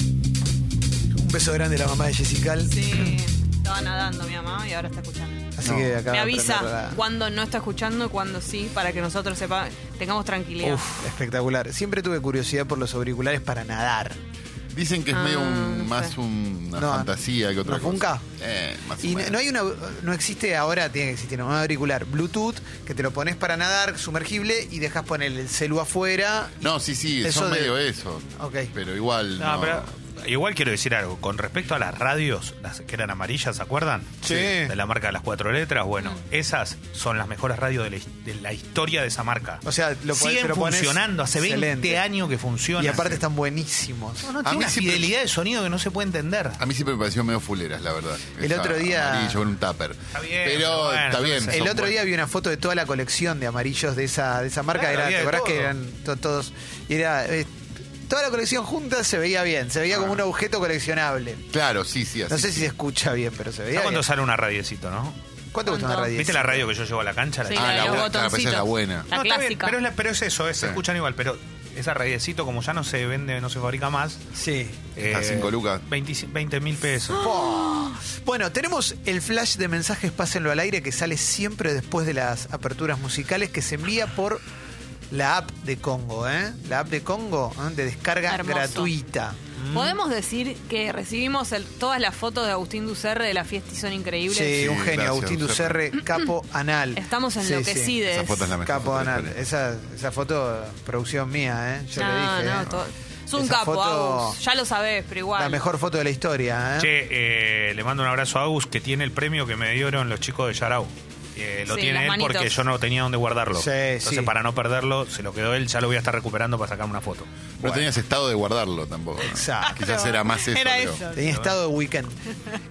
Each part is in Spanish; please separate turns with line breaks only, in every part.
Un beso grande a la mamá de Jessical.
Sí, estaba nadando mi mamá y ahora está escuchando.
Así
No.
que acá
Me
va a aprender
avisa
la-
cuando no está escuchando y cuando sí, para que nosotros sepa, tengamos tranquilidad.
Uf, espectacular. Siempre tuve curiosidad por los auriculares para nadar.
Dicen que es
Ah,
medio un-
no sé.
más una
No,
fantasía que otra
¿no
cosa.
funca?
Eh, más o
Y no
menos.
no hay una, no existe ahora, tiene que existir un auricular Bluetooth que te lo pones para nadar, sumergible y dejas poner el celu afuera.
No, sí, sí,
Eso
son
de-
medio eso.
Ok.
Pero igual.
No,
no.
pero igual quiero decir algo. Con respecto a las radios, las que eran amarillas, ¿se acuerdan?
Sí.
De la marca de las cuatro letras. Bueno, esas son las mejores radios de la, his- de la historia de esa marca.
O sea, lo podés- te
Siguen
lo pones-
funcionando. Hace 20
Excelente.
años que funcionan.
Y aparte están buenísimos.
No, no,
A
tiene
mí
una
siempre-
fidelidad de sonido que no se puede entender.
A mí siempre me pareció medio fuleras, la verdad.
El
Esa
otro día-
amarillo con un tupper.
Está bien,
Pero
pero bueno,
está bien.
entonces-
son
El otro
buenas.
día vi una foto de toda la colección de amarillos de esa, de esa marca.
Claro,
era,
había
¿Te
de
acordás que
todo.
eran to- todos? y Era, eh, toda la colección junta se veía bien. Se veía como un objeto coleccionable.
Claro, sí, sí. Así.
No sé si se escucha bien, pero se
¿Sabes
veía
cuando
bien.
sale una radiecito, no?
¿Cuánto cuesta una
¿Cuánto?
radio?
¿Viste la radio que yo llevo a la cancha? La
Sí,
chica?
Ah,
la de
la
los
buena, claro, pero esa
botoncitos.
es la buena.
La
No, está bien,
clásica.
pero, es la- pero es eso, es, se
Sí.
escuchan igual. Pero esa radiecito, como ya no se vende, no se fabrica más.
Sí.
Está cinco lucas.
20 mil pesos.
Oh. Bueno, tenemos el flash de mensajes Pásenlo al aire que sale siempre después de las aperturas musicales que se envía por la app de Congo, ¿eh? La app de Congo ¿eh? de descarga
Hermoso.
gratuita.
Mm.
Podemos decir que recibimos el- todas las fotos de Agustín Ducerre de la fiesta y son increíbles.
Sí, un
Sí,
genio,
gracias,
Agustín
Ducerre.
Ducerre, capo anal.
Estamos
Sí, sí.
enloquecides.
Esa foto es la mejor.
Capo
foto de la
anal.
historia.
Esa, esa foto, producción mía, ¿eh? Yo
no,
le dije.
no,
¿eh?
todo- Es un
Esa
capo,
foto-
Agus. Ya lo sabés, pero igual.
La mejor foto de la historia, ¿eh?
Che, eh, le mando un abrazo a Agus, que tiene el premio que me dieron los chicos de Yarau. Eh, lo
Sí,
tiene
las
él
manitos.
porque yo no tenía dónde guardarlo.
Sí,
Entonces,
sí.
para no perderlo, se lo quedó él. Ya lo voy a estar recuperando para sacar una foto.
No tenías estado de guardarlo tampoco. ¿no?
Exacto.
Quizás era más eso.
Era
creo.
eso.
Tenía estado de weekend.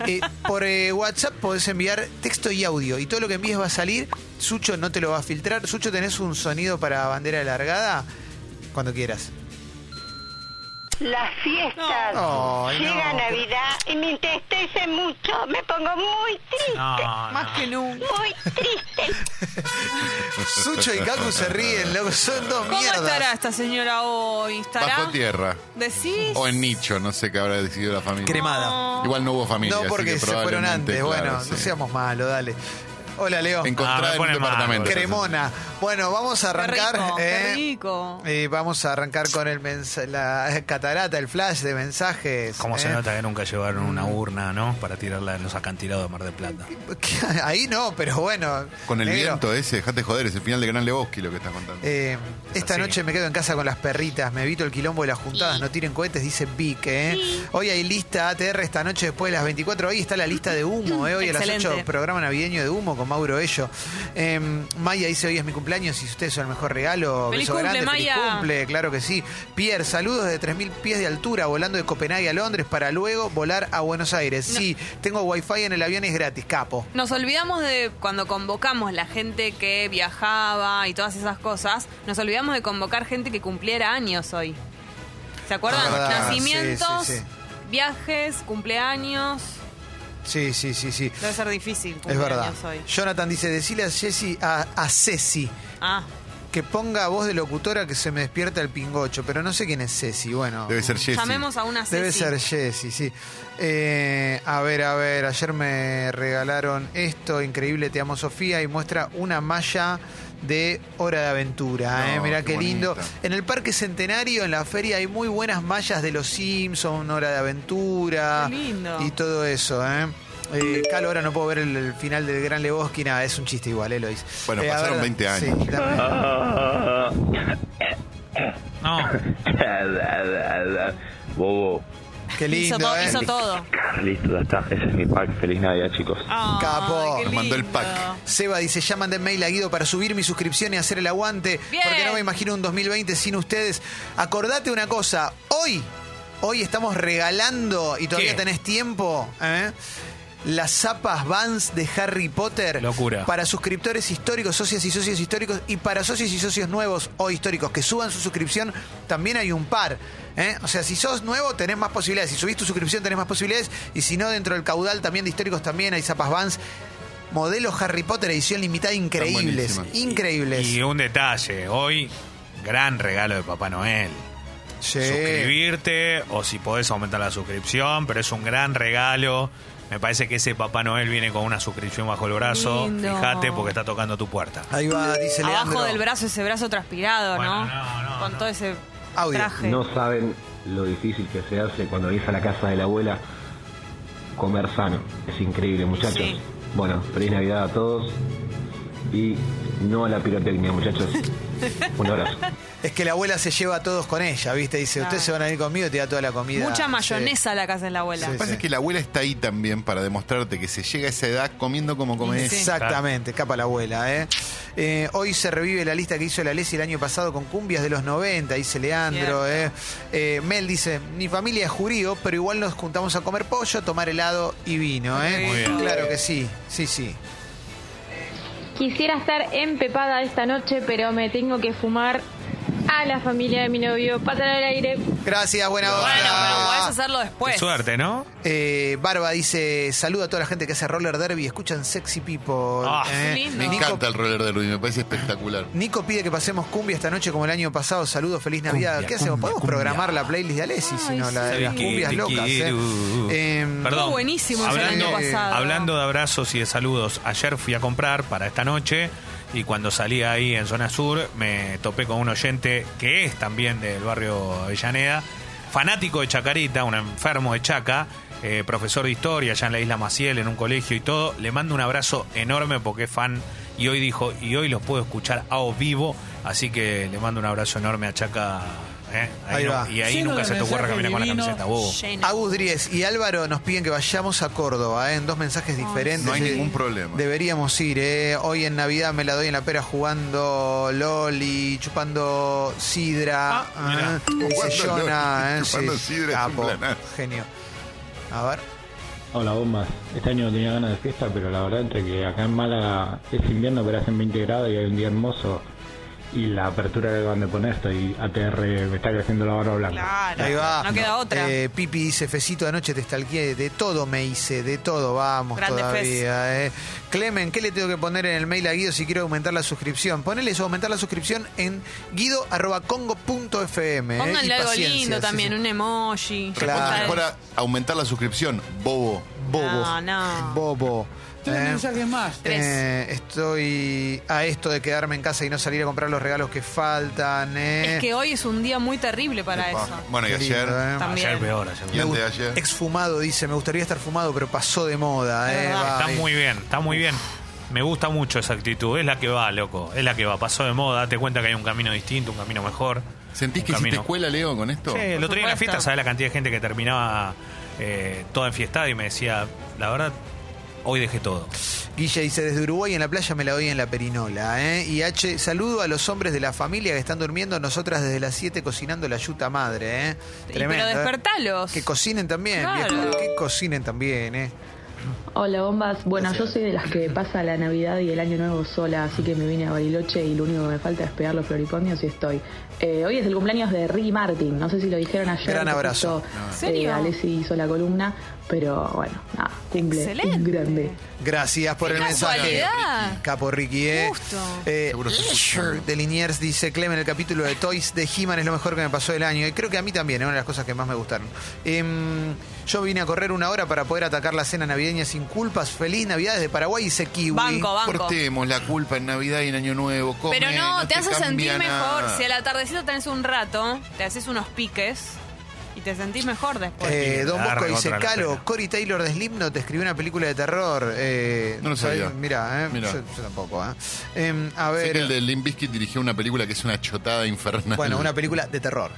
Eh, por eh, WhatsApp podés enviar texto y audio. Y todo lo que envíes va a salir. Sucho no te lo va a filtrar. Sucho, ¿tenés un sonido para bandera alargada? Cuando quieras.
Las fiestas.
No. Ay,
Llega
no.
Navidad y me entristece mucho. Me pongo muy triste.
No,
Ah. Más
no.
que nunca.
Muy triste.
Sucho y Kaku se ríen, loco. Son dos
¿Cómo
mierdas.
estará esta señora hoy? ¿Estará?
Bajo tierra.
¿Decís?
O en nicho, no sé qué habrá decidido la familia.
Cremada.
Igual no hubo familia.
No,
así
porque
que
se fueron
probablemente,
antes.
claro,
bueno, no
sí.
seamos malos, dale. Hola, Leo.
Ah,
Encontrada
me
en un
pone mal,
departamento.
boludo.
Cremona. Bueno, vamos a
Qué
arrancar.
rico,
¿eh?
qué rico.
Eh, vamos a arrancar con el mens- la catarata, el flash de mensajes.
Cómo se
¿eh?
nota que nunca llevaron una urna, ¿no? Para tirarla en los acantilados de Mar del Plata.
¿Qué? Ahí no, pero bueno.
Con el
negro.
viento ese, dejate joder, es el final de Gran Lebowski lo que estás contando.
Eh, esta
así.
noche me quedo en casa con las perritas, me evito el quilombo de las juntadas, no tiren cohetes, dice Vic. ¿eh? Hoy hay lista ATR esta noche después de las 24. Hoy está la lista de humo, ¿eh? hoy a
Excelente.
las 8, programa navideño de humo con Mauro Ello. Eh, Maya dice: Hoy es mi cumpleaños y si ustedes son el mejor regalo,
Feliz
beso
cumple,
grande, feliz
Maya.
cumple, claro que sí. Pierre, saludos de 3.000 pies de altura, volando de Copenhague a Londres para luego volar a Buenos Aires. Sí, tengo wifi en el avión, es gratis, capo.
Nos olvidamos de cuando convocamos la gente que viajaba y todas esas cosas, nos olvidamos de convocar gente que cumpliera años hoy. ¿Se acuerdan?
Ah, verdad,
Nacimientos,
sí, sí, sí.
viajes, cumpleaños.
Sí, sí, sí, sí.
Debe ser difícil
Es verdad.
cumpleaños hoy.
Jonathan dice, decile a Ceci, a, a Ceci,
Ah,
que ponga voz de locutora que se me despierta el pingocho, pero no sé quién es Ceci, bueno.
Debe ser Jesse.
llamemos a una Ceci.
Debe ser Jessy, sí. Eh, a ver, a ver, ayer me regalaron esto, increíble, te amo Sofía, y muestra una malla de Hora de Aventura.
No,
eh, Mirá
qué
qué, lindo.
bonita.
En el Parque Centenario, en la feria, hay muy buenas mallas de Los Simpson, Hora de Aventura.
Qué lindo.
Y todo eso, ¿eh? Eh, Calo, ahora no puedo ver el, el final del Gran Lebowski, nada, es un chiste igual, ¿eh, Lois?
Bueno,
Eh, a
pasaron 20 años.
Sí, también.
No,
Bobo,
qué lindo,
hizo, to-
¿eh?
hizo todo.
Carlitos, ya está. Ese es mi pack. Feliz Navidad, chicos.
Ay,
Capo.
qué
Nos
mandó el
lindo.
pack.
Seba dice, ya mandé mail a Guido para subir mi suscripción y hacer el aguante.
Bien.
Porque no me imagino un 2020 sin ustedes. Acordate una cosa, hoy, hoy estamos regalando, y todavía
¿Qué?
tenés tiempo, ¿eh? las zapas Vans de Harry Potter.
Locura.
Para suscriptores históricos, socias y socios históricos, y para socios y socios nuevos o históricos que suban su suscripción, también hay un par. ¿eh? O sea, si sos nuevo, tenés más posibilidades. Si subís tu suscripción, tenés más posibilidades. Y si no, dentro del caudal también de históricos también hay zapas Vans. Modelos Harry Potter edición limitada increíbles.
buenísimas.
Increíbles.
y un detalle. Hoy Gran regalo de Papá Noel.
Sí.
Suscribirte o si podés aumentar la suscripción, pero es un gran regalo. Me parece que ese Papá Noel viene con una suscripción bajo el brazo.
Lindo.
Fíjate porque está tocando tu puerta.
Ahí va, dice
Abajo
Leandro.
del brazo, ese brazo transpirado,
Bueno,
¿no?
no, no,
Con
no.
todo ese
Audio.
traje.
No saben lo difícil que se hace cuando venís a la casa de la abuela comer sano. Es increíble, muchachos.
Sí.
Bueno, feliz Navidad a todos y no a la pirotecnia, muchachos. Un abrazo.
Es que la abuela se lleva a todos con ella, ¿viste? Dice,
Claro.
ustedes se van a ir conmigo y te da toda la comida.
Mucha
Sí.
mayonesa a la casa de la abuela.
Sí,
Lo que pasa es que la abuela está ahí también para demostrarte que se llega a esa edad comiendo como come
Sí.
Exactamente, capa la abuela, ¿eh? Eh, Hoy se revive la lista que hizo la Lesi el año pasado con cumbias de los 90, dice Leandro, ¿eh? Eh, Mel dice, mi familia es jurío, pero igual nos juntamos a comer pollo, tomar helado y vino, ¿eh?
Muy bien.
Claro que sí, sí, sí.
Quisiera estar empepada esta noche, pero me tengo que fumar a la familia de mi novio. Pátala al aire.
Gracias, buena hora.
Bueno, pero podés hacerlo después.
Qué suerte, ¿no?
Eh, Barba dice, saluda a toda la gente que hace roller derby, escuchan Sexy People.
Ah,
¿eh?
lindo.
Me
Nico-
encanta el roller derby, me parece espectacular.
Nico pide que pasemos cumbia esta noche como el año pasado. Saludos, feliz Navidad.
Cumbia,
¿Qué hacemos?
cumbia,
¿Podemos
cumbia.
programar la playlist de Alessi? Si no, la de las
Sabés que
cumbias
te
locas. ¿eh?
quiero.
Eh,
Perdón.
Estuvo buenísimo
ese
hablando,
año pasado.
Hablando de abrazos y de saludos, ayer fui a comprar para esta noche y cuando salí ahí en zona sur me topé con un oyente que es también del barrio Avellaneda, fanático de Chacarita, un enfermo de Chaca. eh, profesor de historia allá en la isla Maciel, en un colegio y todo, le mando un abrazo enorme porque es fan y hoy dijo, y hoy los puedo escuchar a o vivo, así que le mando un abrazo enorme a Chaca. eh,
Ahí
nu-
va.
Y ahí
Lleno
nunca
de
se te ocurra
mensajes
caminar con la
divinos.
camiseta, bobo.
Lleno.
Agus Dries y Álvaro nos piden que vayamos a Córdoba, ¿eh? en dos mensajes diferentes.
No hay
Eh,
ningún problema.
Deberíamos ir, ¿eh? hoy en Navidad me la doy en la pera jugando Loli, chupando sidra,
Ah, mirá.
¿eh? dice
Jugando
Jonah,
Loli,
¿eh?
chupando
Sí,
sidra es un
capo,
planazo.
genio. A ver.
Hola, bombas. Este año tenía ganas de fiesta, pero la verdad entre que acá en Málaga es invierno, pero hacen 20 grados y hay un día hermoso. Y la apertura que van de poner, estoy ATR, me está creciendo la barba blanca.
Claro.
Ahí va.
No queda otra.
Eh, Pipi dice, Fecito, anoche te stalkeé. De todo me hice, de todo. Vamos
Grande
todavía. eh. Clemen, ¿qué le tengo que poner en el mail a Guido si quiero aumentar la suscripción? Ponele eso, aumentar la suscripción en guido.congo.fm. eh, y
Pónganle algo
paciencia,
lindo
sí,
también,
sí.
un emoji.
Claro.
Respuesta mejor a aumentar la suscripción, bobo.
Bobo.
No, no.
Bobo.
Tres
eh.
mensajes más.
Tres.
Eh, estoy a esto de quedarme en casa y no salir a comprar los regalos que faltan. eh.
Es que hoy es un día muy terrible para eso.
Bueno, y
Qué lindo,
ayer.
eh.
También.
Ayer peor, ayer
Y
peor.
antes de ayer.
Exfumado, dice. Me gustaría estar fumado, pero pasó de moda. eh,
verdad.
va,
Está
eh.
muy bien, está muy bien. Me gusta mucho esa actitud. Es la que va, loco. Es la que va. Pasó de moda. Date cuenta que hay un camino distinto, un camino mejor.
¿Sentís
un
que hiciste
camino-
escuela, Leo, con esto?
Sí, el otro día en la
supuesto.
fiesta, ¿sabes la cantidad de gente que terminaba eh, toda enfiestada y me decía, la verdad, hoy dejé todo?
Guille dice, desde Uruguay en la playa me la doy en la perinola. ¿eh? Y H, saludo a los hombres de la familia que están durmiendo, nosotras desde las 7 cocinando la yuta madre. ¿eh?
Y-
Tremendo, ¿eh?
Pero despertalos.
Que cocinen también,
Claro.
viejo, que cocinen también. ¿eh?
Hola, bombas. Bueno, yo soy de las que pasa la Navidad y el Año Nuevo sola, así que me vine a Bariloche y lo único que me falta es pegar los floripondios y estoy. Eh, hoy es el cumpleaños de Ricky Martin. No sé si lo dijeron ayer.
Gran
que
abrazo.
justo,
¿En
Eh,
serio?
Alessi hizo la columna, pero bueno, nada, cumple.
Excelente.
Grande.
Gracias por
Qué
el mensaje.
casualidad.
Capo Ricky, ¿eh?
Justo.
Eh,
Seguro se
Leisure de Liniers dice Clemen, el capítulo de Toys de He-Man es lo mejor que me pasó del año. Y creo que a mí también, es una de las cosas que más me gustaron. Em, yo vine a correr una hora para poder atacar la cena navideña sin culpas. Feliz Navidad desde Paraguay, dice Kiwi.
Banco, banco.
Cortemos la culpa en Navidad y en Año Nuevo. come,
Pero no, te, hace
cambia
sentir mejor.
nada.
Si a la tardecita tenés un rato, te haces unos piques y te sentís mejor después.
Eh, Don
Larga
Bosco dice,
otra la
Calo,
pena.
Cory Taylor de Slipknot escribió una película de terror. Eh,
No lo sabía.
Mira, eh,
Mirá.
Yo, yo tampoco. eh. Em, a
Sé
ver,
que el de Limp Bizkit dirigió una película que es una chotada infernal.
bueno, una película de terror.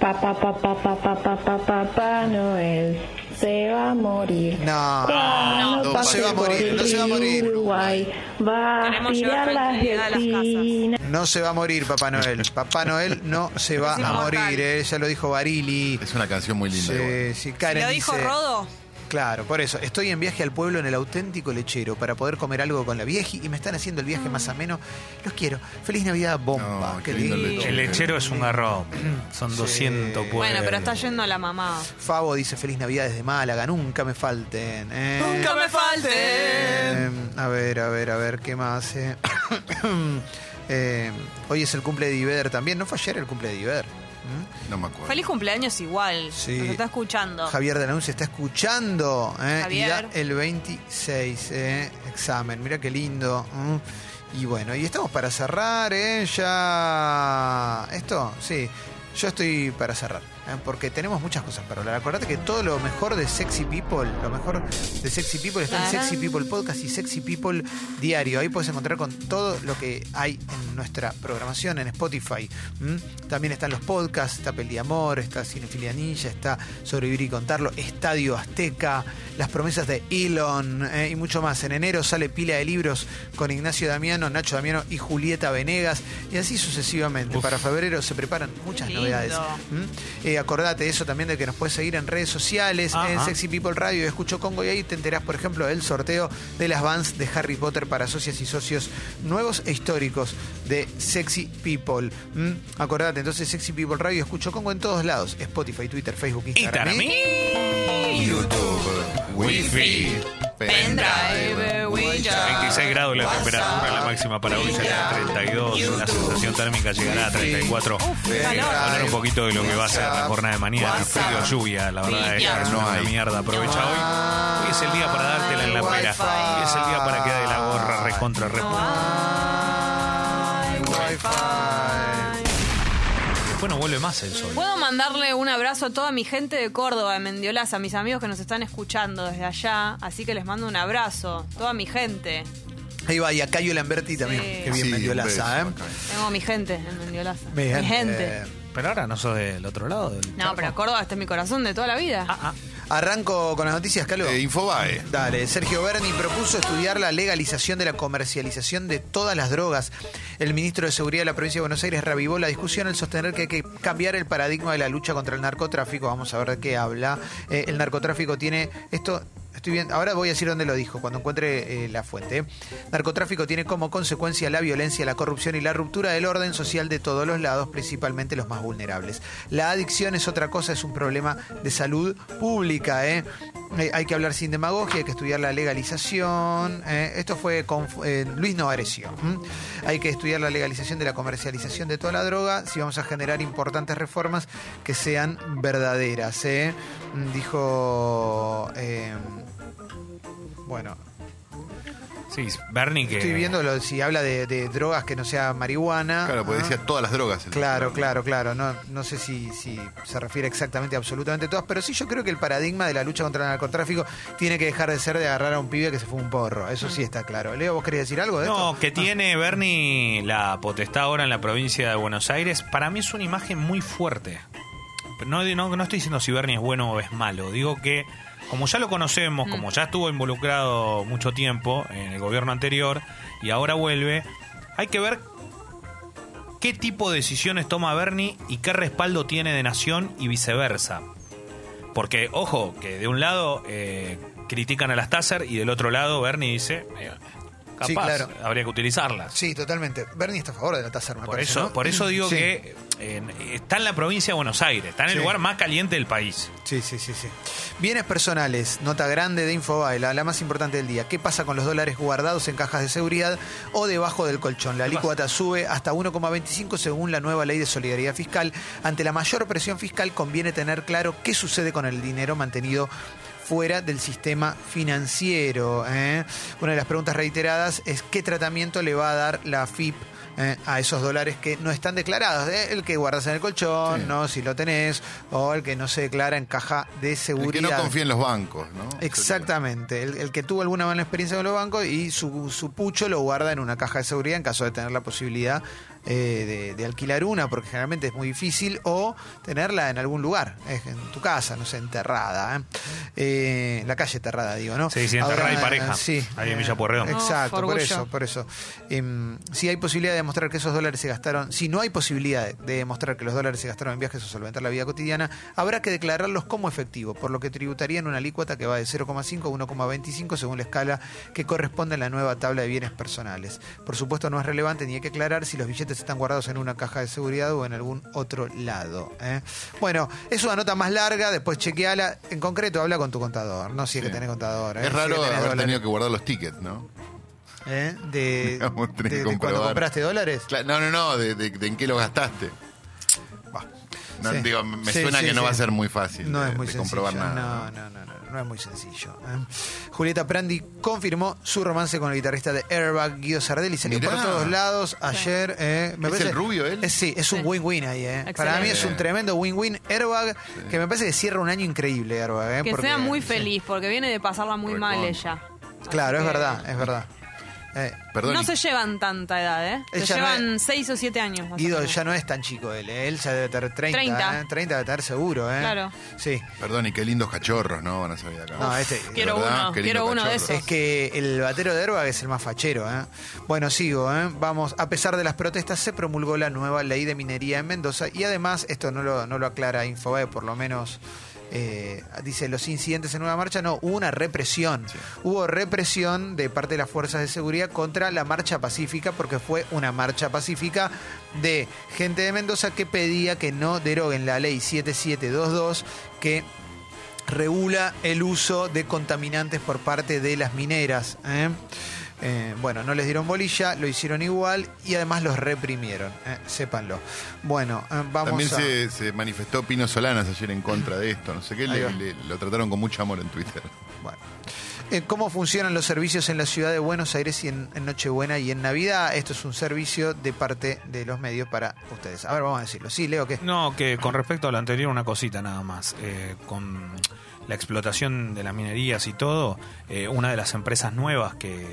Papá, papá, papá, papá, papá Noel se va a morir.
No,
Cuando
no,
pase
se va a
morir,
por
no se va a morir.
Uruguay va a
Queremos llevar
tirar la
tranquilidad a Ah, las
Argentina.
no se va a morir Papá Noel. Papá Noel no se va
Es
a
inmortal.
morir, eh, ya lo dijo Barili.
Es una canción muy linda. igual.
Sí, sí, Karen
lo dijo
dice-
Rodo.
Claro, por eso. Estoy en viaje al pueblo en el auténtico lechero para poder comer algo con la vieji y me están haciendo el viaje más ameno. Los quiero. Feliz Navidad, bomba.
No, qué lindo el lechero.
El lechero es un garrón. Son 200 pueblos.
Bueno, pero está yendo a la mamá.
Favo dice feliz Navidad desde Málaga, nunca me falten. eh.
Nunca me falten.
Eh, a ver, a ver, a ver, ¿qué más? eh? Eh, hoy es el cumple de Diver también. No fue ayer el cumple de Diver. ¿Mm?
No me acuerdo.
Feliz cumpleaños igual.
Sí.
Nos está escuchando.
Javier de la se está escuchando. ¿eh? Y da
Javier.
el 26, ¿eh? examen. Mira qué lindo. ¿Mm? Y bueno, y estamos para cerrar. ¿eh? Ya. ¿Esto? Sí. Yo estoy para cerrar. ¿eh? Porque tenemos muchas cosas para hablar. Acordate que todo lo mejor de Sexy People, lo mejor de Sexy People está en
Tarán.
Sexy People Podcast y Sexy People Diario. Ahí puedes encontrar con todo lo que hay en nuestra programación en Spotify. ¿Mm? También están los podcasts, está Peli de Amor, está Cinefilia Ninja, está Sobrevivir y Contarlo, Estadio Azteca, Las Promesas de Elon eh, y mucho más. En enero sale pila de libros con Ignacio Damiano, Nacho Damiano y Julieta Venegas y así sucesivamente.
Uf.
Para febrero se preparan muchas
lindo.
novedades. ¿Mm? Eh, acordate de eso también de que nos puedes seguir en redes sociales, en
Ajá.
Sexy People Radio, Escucho Congo y ahí te enterás, por ejemplo, del sorteo de las vans de Harry Potter para socias y socios nuevos e históricos de Sexy People. ¿Mm? Acordate, entonces Sexy People Radio, Escucho Congo en todos lados, Spotify, Twitter, Facebook, Instagram.
Instagram.
¿eh?
YouTube, Wi-Fi,
Pendrive, Ouija.
26 grados la temperatura, la máxima para hoy será 32, la sensación térmica llegará a 34.
calor.
Eh, Hablar un poquito de lo que va a ser la jornada de mañana, frío, lluvia, la verdad es que no hay mierda, aprovecha hoy. Hoy es el día para dártela en la pera, hoy es el día para que de la gorra recontra re. Después no vuelve más el sol.
Puedo mandarle un abrazo a toda mi gente de Córdoba, de Mendiolaza, a mis amigos que nos están escuchando desde allá, así que les mando un abrazo, toda mi gente.
Ahí va, y a Cayo Lamberti también,
Sí.
que bien
Sí,
metió
un
la
beso
asa, ¿eh?
acá.
Tengo mi gente en Mendiolaza.
Mi gente.
Pero ahora no sos del otro lado del
No, pero Córdoba está en mi corazón de toda la vida.
Ah,
Ah,
Arranco con las noticias, Calo.
Eh, Infobae.
Dale, Sergio Berni propuso estudiar la legalización de la comercialización de todas las drogas. El ministro de Seguridad de la provincia de Buenos Aires reavivó la discusión al sostener que hay que cambiar el paradigma de la lucha contra el narcotráfico. Vamos a ver de qué habla. Eh, el narcotráfico tiene esto. Estoy bien, ahora voy a decir dónde lo dijo, cuando encuentre eh, la fuente. Narcotráfico tiene como consecuencia la violencia, la corrupción y la ruptura del orden social de todos los lados, principalmente los más vulnerables. La adicción es otra cosa, es un problema de salud pública. ¿eh? Eh, hay que hablar sin demagogia, hay que estudiar la legalización. eh, esto fue con eh, Luis Novarecio. ¿m? Hay que estudiar la legalización de la comercialización de toda la droga si vamos a generar importantes reformas que sean verdaderas. ¿eh? Mm, Dijo. eh, bueno,
Sí, Bernie que
Eh.
estoy viendo lo- si habla de, de drogas que no sea marihuana.
Claro, porque
¿ah?
decía todas las drogas. el
Claro,
doctor.
claro, claro. No, no sé si, si se refiere exactamente a absolutamente todas, pero sí yo creo que el paradigma de la lucha contra el narcotráfico tiene que dejar de ser de agarrar a un pibe que se fue un porro. Eso sí está claro. Leo, ¿vos querés decir algo de esto? Ah.
No, que tiene Bernie la potestad ahora en la provincia de Buenos Aires, para mí es una imagen muy fuerte. No, no, no estoy diciendo si Bernie es bueno o es malo, digo que como ya lo conocemos, como ya estuvo involucrado mucho tiempo en el gobierno anterior y ahora vuelve, hay que ver qué tipo de decisiones toma Bernie y qué respaldo tiene de Nación y viceversa. Porque, ojo, que de un lado eh, critican a las Taser y del otro lado Bernie dice, eh, capaz,
Sí, claro.
habría que utilizarlas.
Sí, totalmente. Bernie está a favor de la tasa, me
Por
parece,
eso,
¿no?
por eso digo
Sí.
que eh, está en la provincia de Buenos Aires, está en el
Sí.
lugar más caliente del país.
Sí, sí, sí, sí. Bienes personales, nota grande de Infobae, la, la más importante del día. ¿Qué pasa con los dólares guardados en cajas de seguridad o debajo del colchón? La alícuota sube hasta 1,25 según la nueva ley de solidaridad fiscal. Ante la mayor presión fiscal conviene tener claro qué sucede con el dinero mantenido fuera del sistema financiero. ¿eh? Una de las preguntas reiteradas es qué tratamiento le va a dar la FIP eh, a esos dólares que no están declarados. ¿eh? El que guardas en el colchón, no si lo tenés, o el que no se declara en caja de
El que
seguridad.
no confía en los bancos, ¿no?
Exactamente, el, el que tuvo alguna mala experiencia con los bancos y su, su pucho lo guarda en una caja de seguridad en caso de tener la posibilidad eh, de, de alquilar una, porque generalmente es muy difícil, o tenerla en algún lugar, eh, en tu casa, no sé, enterrada, ¿eh? Eh, en la calle enterrada, digo, ¿no?
Sí, sí, enterrada y pareja.
Sí.
Ahí en Villa
eh,
Pueyrredón.
Exacto,
Oh,
por
orgullo.
eso, por eso. Em, si hay posibilidad de demostrar que esos dólares se gastaron, si no hay posibilidad de- de demostrar que los dólares se gastaron en viajes o solventar la vida cotidiana, habrá que declararlos como efectivo, por lo que tributarían una alícuota que va de 0,5 a 1,25 según la escala que corresponde a la nueva tabla de bienes personales. Por supuesto, no es relevante ni hay que aclarar si los billetes están guardados en una caja de seguridad o en algún otro lado. ¿eh? Bueno, es una nota más larga, después chequeala. En concreto, habla con tu contador, no si es que tenés contador. ¿eh? Si
Es
que
raro
tenés
haber
dólares.
tenido que guardar los tickets, ¿no?
¿eh? De,
Vamos a tener
de-
que
de cuando
comprobar.
compraste dólares.
Cla- No, no, no, de, de- de en qué lo gastaste. Bah, no,
Sí.
digo, me
Sí,
suena
sí,
que no
sí.
va a ser muy fácil
No
de,
es muy
de
sencillo.
comprobar
No,
nada.
no, no, no, no es muy sencillo. ¿eh? Julieta Prandi confirmó su romance con el guitarrista de Airbag, Guido Sardelli. Salió
Mirá.
por todos lados ayer. ¿eh?
¿Es el rubio él?
es- sí, es un
Sí.
win-win ahí. ¿eh? Para mí es un
Sí.
tremendo win-win. Airbag, que me parece que cierra un año increíble, Airbag. ¿eh?
Que
Porque-
sea muy
sí.
feliz, porque viene de pasarla muy mal
Recontra.
ella.
Claro, es
Así que-
verdad, es verdad. Eh,
Perdón.
No
y-
se llevan tanta edad, ¿eh? Se
Ella no
llevan
es-
6 o 7 años. más o
Guido
menos.
ya no es tan chico él, ¿eh? él ya debe tener 30,
30.
¿eh? 30 debe tener seguro, ¿eh?
Claro.
Sí.
Perdón, y qué lindos cachorros, ¿no? Van a salir de acá.
No, este-
De
Quiero uno,
qué
quiero
lindo
uno de
cachorro.
Es que el batero de Herbag es el más fachero, ¿eh? Bueno, sigo, ¿eh? Vamos, a pesar de las protestas, se promulgó la nueva ley de minería en Mendoza y además, esto no lo, no lo aclara Infobae, por lo menos... eh, dice los incidentes en Nueva Marcha, no, hubo una represión. Hubo represión de parte de las fuerzas de seguridad contra la marcha pacífica, porque fue una marcha pacífica de gente de Mendoza que pedía que no deroguen la ley 7722 que regula el uso de contaminantes por parte de las mineras. ¿eh? Eh, bueno, no les dieron bolilla, lo hicieron igual y además los reprimieron, ¿eh? sépanlo. Bueno, eh, vamos
También
a...
se, se manifestó Pino Solanas ayer en contra de esto. No sé qué,
Ahí
le-
va.
le- lo trataron con mucho amor en Twitter.
Bueno. Eh, ¿Cómo funcionan los servicios en la ciudad de Buenos Aires y en, en Nochebuena y en Navidad? Esto es un servicio de parte de los medios para ustedes. A ver, vamos a decirlo. Sí, Leo, ¿qué?
No, que con respecto a lo anterior, una cosita nada más. Eh, con la explotación de las minerías y todo, eh, una de las empresas nuevas que,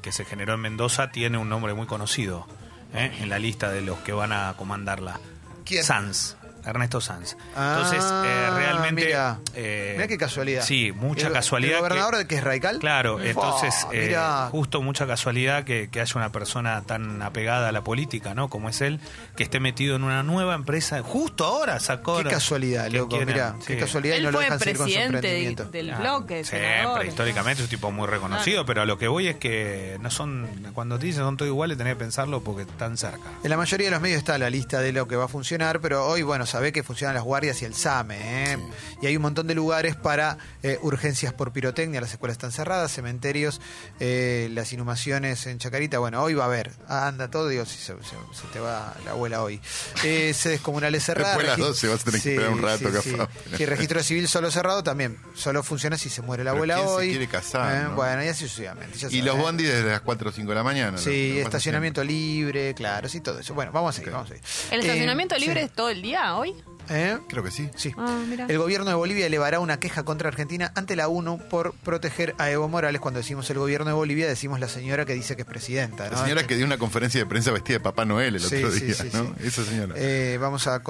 que se generó en Mendoza tiene un nombre muy conocido ¿eh? en la lista de los que van a comandarla.
¿Quién?
Sanz. Ernesto Sanz.
Ah,
Entonces, eh, realmente.
mirá.
eh,
Mirá qué casualidad.
Sí, mucha
El-
casualidad.
El gobernador
que-
que, es radical.
Claro,
Fua,
entonces, eh,
mirá.
justo mucha casualidad que, que haya una persona tan apegada a la política, ¿no? Como es él, que esté metido en una nueva empresa. Justo ahora sacó.
Qué casualidad,
que
loco.
quieren,
Mirá,
sí.
qué casualidad y no
Él
lo
fue
dejan seguir con su
presidente de-
emprendimiento.
del
Ah,
bloque, senador.
Siempre, históricamente es un tipo muy reconocido, pero a lo que voy es que no son. Cuando te dicen son todos iguales, tenés que pensarlo porque están cerca.
En la mayoría de los medios está la lista de lo que va a funcionar, pero hoy, bueno, sabe que funcionan las guardias y el SAME. ¿eh? Y hay un montón de lugares para eh, urgencias por pirotecnia, las escuelas están cerradas, cementerios, eh, las inhumaciones en Chacarita. Bueno, hoy va a haber. Ah, anda todo, digo, si se, se- se te va la abuela hoy. Eh, sedes comunales cerradas.
Después de las
regi-
12 vas a tener que
Sí,
esperar un rato,
sí, sí.
capaz.
Y registro civil solo cerrado también. Solo funciona si se muere la
Pero
abuela
¿quién se
hoy. ¿eh?
quiere casar, no?
Bueno, y así sucesivamente. ya
Y
sabes,
los
¿eh?
bondis desde las 4 o 5 de la mañana. lo- lo
Sí,
pasan
estacionamiento libre, claro, sí, todo eso. Bueno, vamos a seguir,
Ok.
vamos a seguir.
¿El
Eh,
estacionamiento
sí.
libre es todo el día hoy?
¿Eh?
siempre. Creo que sí.
Sí.
Ah, mira.
El gobierno de Bolivia elevará una queja contra Argentina ante la ONU por proteger a Evo Morales. Cuando decimos el gobierno de Bolivia, decimos la señora que dice que es presidenta.
La
¿no?
señora que dio una conferencia de prensa vestida de Papá Noel el
Ah, Sí,
otro
sí,
día,
sí,
¿no?
sí.
Esa señora.
Eh, vamos a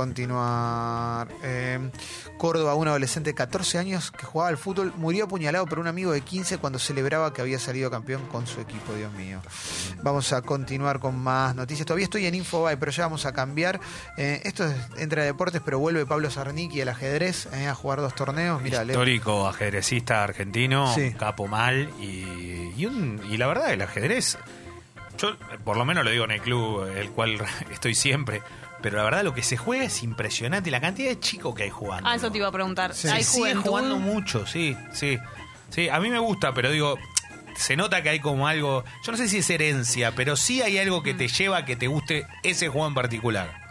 continuar. Eh, Córdoba, un adolescente de 14 años que jugaba al fútbol, murió apuñalado por un amigo de 15 cuando celebraba que había salido campeón con su equipo, Dios mío. Vamos a continuar con más noticias. Todavía estoy en Infobae, pero ya vamos a cambiar. Eh, esto es, entra a deportes, pero vuelve Pablo Sarnicki al ajedrez eh, a jugar dos torneos. Mira, Leo.
Histórico ajedrecista argentino,
Sí.
capo mal y, y, un- y la verdad el ajedrez, yo eh, por lo menos lo digo en el club el cual estoy siempre, pero la verdad lo que se juega es impresionante y la cantidad de chicos que hay jugando.
Ah, eso te iba a preguntar.
Sí.
¿Hay
Se sigue
juventud?
jugando mucho, sí, sí, sí. A mí me gusta, pero digo, se nota que hay como algo, yo no sé si es herencia, pero sí hay algo que te lleva a que te guste ese juego en particular.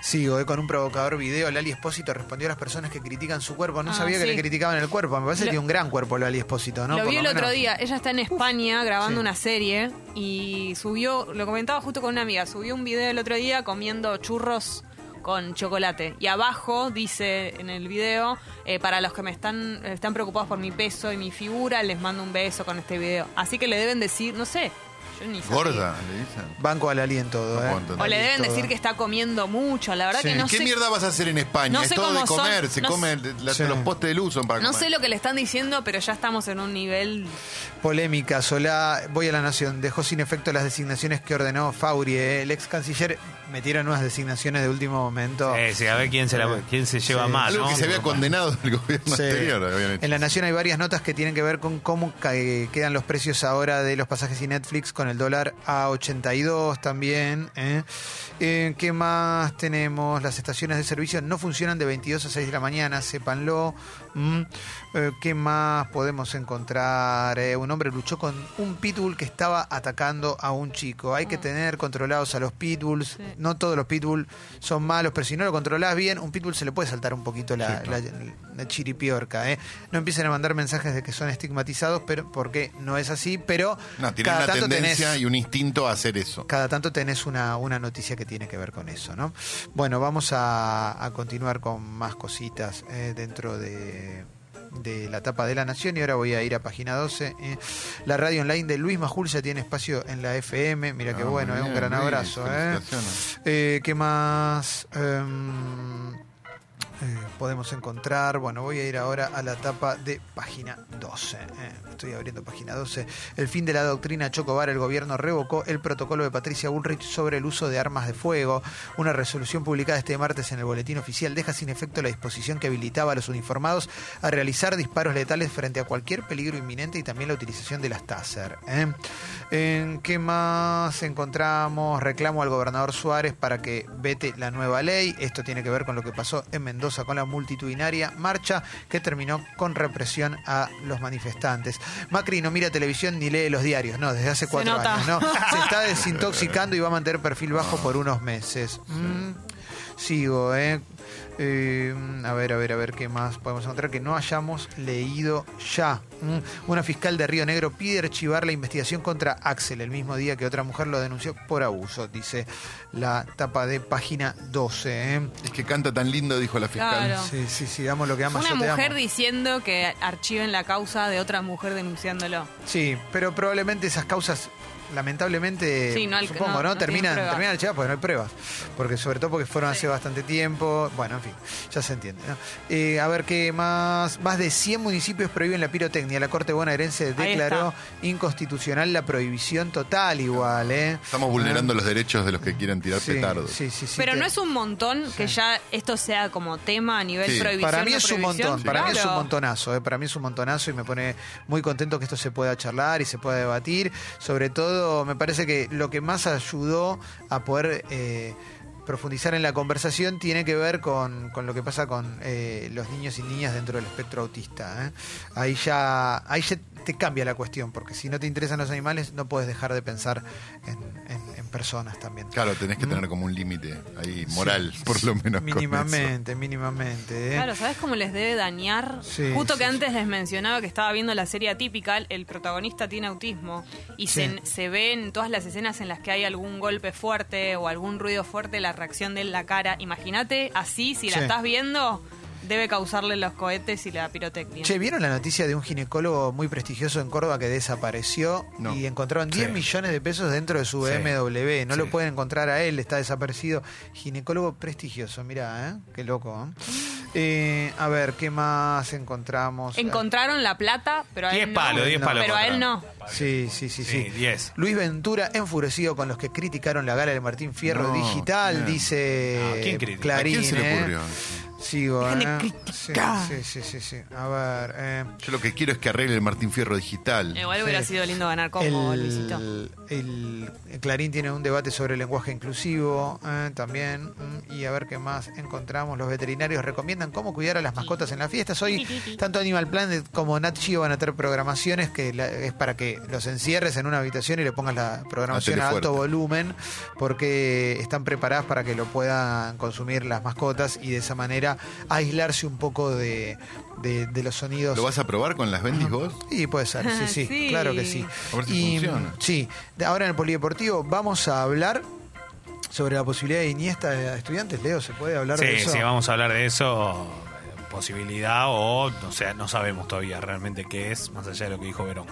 Sigo eh, con un provocador video. Lali Espósito respondió a las personas que critican su cuerpo. No
Ah,
sabía que
sí.
le criticaban el cuerpo. Me parece que
Lo-
tiene un gran cuerpo Lali Espósito, ¿no?
lo
Por
vi el otro
menos.
día. Ella está en España grabando
Sí.
una serie y subió, lo comentaba justo con una amiga, subió un video el otro día comiendo churros con chocolate. Y abajo dice en el video, eh, para los que me están, están preocupados por mi peso y mi figura, les mando un beso con este video. Así que le deben decir, no sé, yo ni sabía.
Gorda, le dicen.
Banco al aliento, todo,
No
¿eh?
puedo entender.
O le deben
Todo.
decir que está comiendo mucho. La verdad
Sí.
que no
¿Qué
sé.
mierda vas a hacer en España?
no
es
sé
todo de
cómo son,
comer, se
no
come
sé-
la-
Sí.
los postes de luz son para
No
comer.
sé lo que le están diciendo, pero ya estamos en un nivel.
Polémica, Solá, voy a la nación, dejó sin efecto las designaciones que ordenó Fauri, ¿eh? el ex canciller, metieron unas designaciones de último momento.
Eh, sí, a ver quién se, la- quién se lleva
Sí.
más.
Algo
Ah, ¿no?
que se había condenado del gobierno
Sí.
anterior, habían hecho.
En la Nación hay varias notas que tienen que ver con cómo ca- eh, quedan los precios ahora de los pasajes y Netflix con Bueno, el dólar a 82 también. ¿eh? Eh, qué más tenemos? Las estaciones de servicio no funcionan de 22 a 6 de la mañana, sépanlo. Mm. Eh, ¿Qué más podemos encontrar? Eh, un hombre luchó con un pitbull que estaba atacando a un chico. Hay que tener controlados a los pitbulls.
Sí.
No todos los pitbulls son malos, pero si no lo controlás bien, un pitbull se le puede saltar un poquito la, la- la chiripiorca. ¿eh? No empiecen a mandar mensajes de que son estigmatizados, pero porque no es así, pero
No, tiene
cada
una
tanto tenés
tendencia y un instinto a hacer eso.
cada tanto tenés una, una noticia que tiene que ver con eso, ¿no? Bueno, vamos a, a continuar con más cositas eh, dentro de, de la tapa de la Nación y ahora voy a ir a página 12. eh. La radio online de Luis Majul ya tiene espacio en la FM, mira qué
Ah,
bueno,
muy
eh, un
bien,
gran
Luis,
abrazo. Eh.
felicitaciones.
Eh, ¿Qué más? Em, eh, podemos encontrar. Bueno, voy a ir ahora a la etapa de página 12. eh. estoy abriendo página 12. El fin de la doctrina Chocobar, el gobierno revocó el protocolo de Patricia Bullrich sobre el uso de armas de fuego. Una resolución publicada este martes en el boletín oficial deja sin efecto la disposición que habilitaba a los uniformados a realizar disparos letales frente a cualquier peligro inminente y también la utilización de las Taser. eh. ¿En qué más encontramos? Reclamo al gobernador Suárez para que vete la nueva ley. Esto tiene que ver con lo que pasó en Mendoza con la multitudinaria marcha que terminó con represión a los manifestantes. Macri no mira televisión ni lee los diarios, no, desde hace
Se
cuatro
nota.
años. ¿no? Se está desintoxicando y va a mantener perfil bajo por unos meses. Mm, sigo, ¿eh? Eh, a ver, a ver, a ver qué más podemos encontrar que no hayamos leído ya. Mm, Una fiscal de Río Negro pide archivar la investigación contra Axel el mismo día que otra mujer lo denunció por abuso, dice la tapa de página 12. ¿eh?
Es que canta tan lindo, dijo la fiscal.
Claro.
Sí, sí, sí, damos lo que amas,
Una
yo te
mujer
amo.
diciendo que archiven la causa de otra mujer denunciándolo.
Sí, pero probablemente esas causas, lamentablemente,
Sí, no al-
supongo,
no-
¿no?
no tienen
terminan,
pruebas.
terminan archivadas porque no hay pruebas. Porque sobre todo porque fueron hace bastante tiempo. Bueno, en fin, ya se entiende. ¿no? Eh, a ver qué más. Más de 100 municipios prohíben la pirotecnia. La Corte bonaerense
Ahí
declaró inconstitucional la prohibición total igual, ¿eh?
Estamos vulnerando los derechos de los que quieran tirar
Sí,
petardos.
sí, sí, sí,
Pero
te-
no es un montón que ya esto sea como tema a nivel
Sí.
prohibición.
Para mí
no
es un
prohibición.
montón, para mí es un
Claro.
montonazo, eh, para mí es un montonazo y me pone muy contento que esto se pueda charlar y se pueda debatir. Sobre todo, me parece que lo que más ayudó a poder eh, profundizar en la conversación tiene que ver con, con lo que pasa con eh, los niños y niñas dentro del espectro autista. eh. Ahí ya, ahí ya te cambia la cuestión, porque si no te interesan los animales, no puedes dejar de pensar en, en- en personas también.
Claro, tenés que
Mm.
tener como un límite ahí, moral, por lo menos. con eso.
Mínimamente, mínimamente. eh.
Claro, ¿sabes cómo les debe dañar?
Sí,
Justo
sí,
que antes les mencionaba que estaba viendo la serie atípica, el protagonista tiene autismo y
Sí.
se, se ve en todas las escenas en las que hay algún golpe fuerte o algún ruido fuerte, la reacción de él, la cara. Imagínate así, si la
Sí.
estás viendo, debe causarle los cohetes y la pirotecnia.
Che, ¿vieron la noticia de un ginecólogo muy prestigioso en Córdoba que desapareció
No.
y encontraron 10
Sí.
millones de pesos dentro de su
Sí.
BMW? No
Sí.
lo pueden encontrar a él, está desaparecido. Ginecólogo prestigioso, mirá, ¿eh? Qué loco, ¿eh? Eh, a ver, ¿qué más encontramos?
Encontraron la plata, pero a
Diez
él no.
palos, diez palos
Pero a él no.
encontraron.
Sí, sí, sí, sí.
Sí, 10.
Luis Ventura enfurecido con los que criticaron la gala de Martín Fierro
No,
digital,
bien.
dice
No, ¿quién critica?
¿A
Clarín.
quién se
¿eh?
le ocurrió?
Sigo,
Dejen de
¿eh?
criticar.
Sí, sí, sí, sí, sí. A ver, eh.
Yo lo que quiero es que arregle el Martín Fierro digital.
Igual hubiera
Sí.
sido lindo ganar como
el,
Luisito.
el- el Clarín tiene un debate sobre el lenguaje inclusivo eh, también. mm, y a ver qué más encontramos. Los veterinarios recomiendan cómo cuidar a las mascotas en las fiestas. Hoy, tanto Animal Planet como Nat Geo van a tener programaciones que la- es para que los encierres en una habitación y le pongas la programación a alto
Ah, fuerte.
volumen, porque están preparadas para que lo puedan consumir las mascotas y de esa manera aislarse un poco de, de- de los sonidos
¿Lo vas a probar con las bendis vos?
y puede ser, sí, sí,
Sí.
claro que sí.
A ver si
Y,
funciona.
Sí, De- ahora en el Polideportivo vamos a hablar sobre la posibilidad de Iniesta de estudiantes. Leo, ¿se puede hablar de
Sí,
eso?
sí, vamos a hablar de eso. eh, Posibilidad o, o sea, no sabemos todavía realmente qué es, más allá de lo que dijo Verón.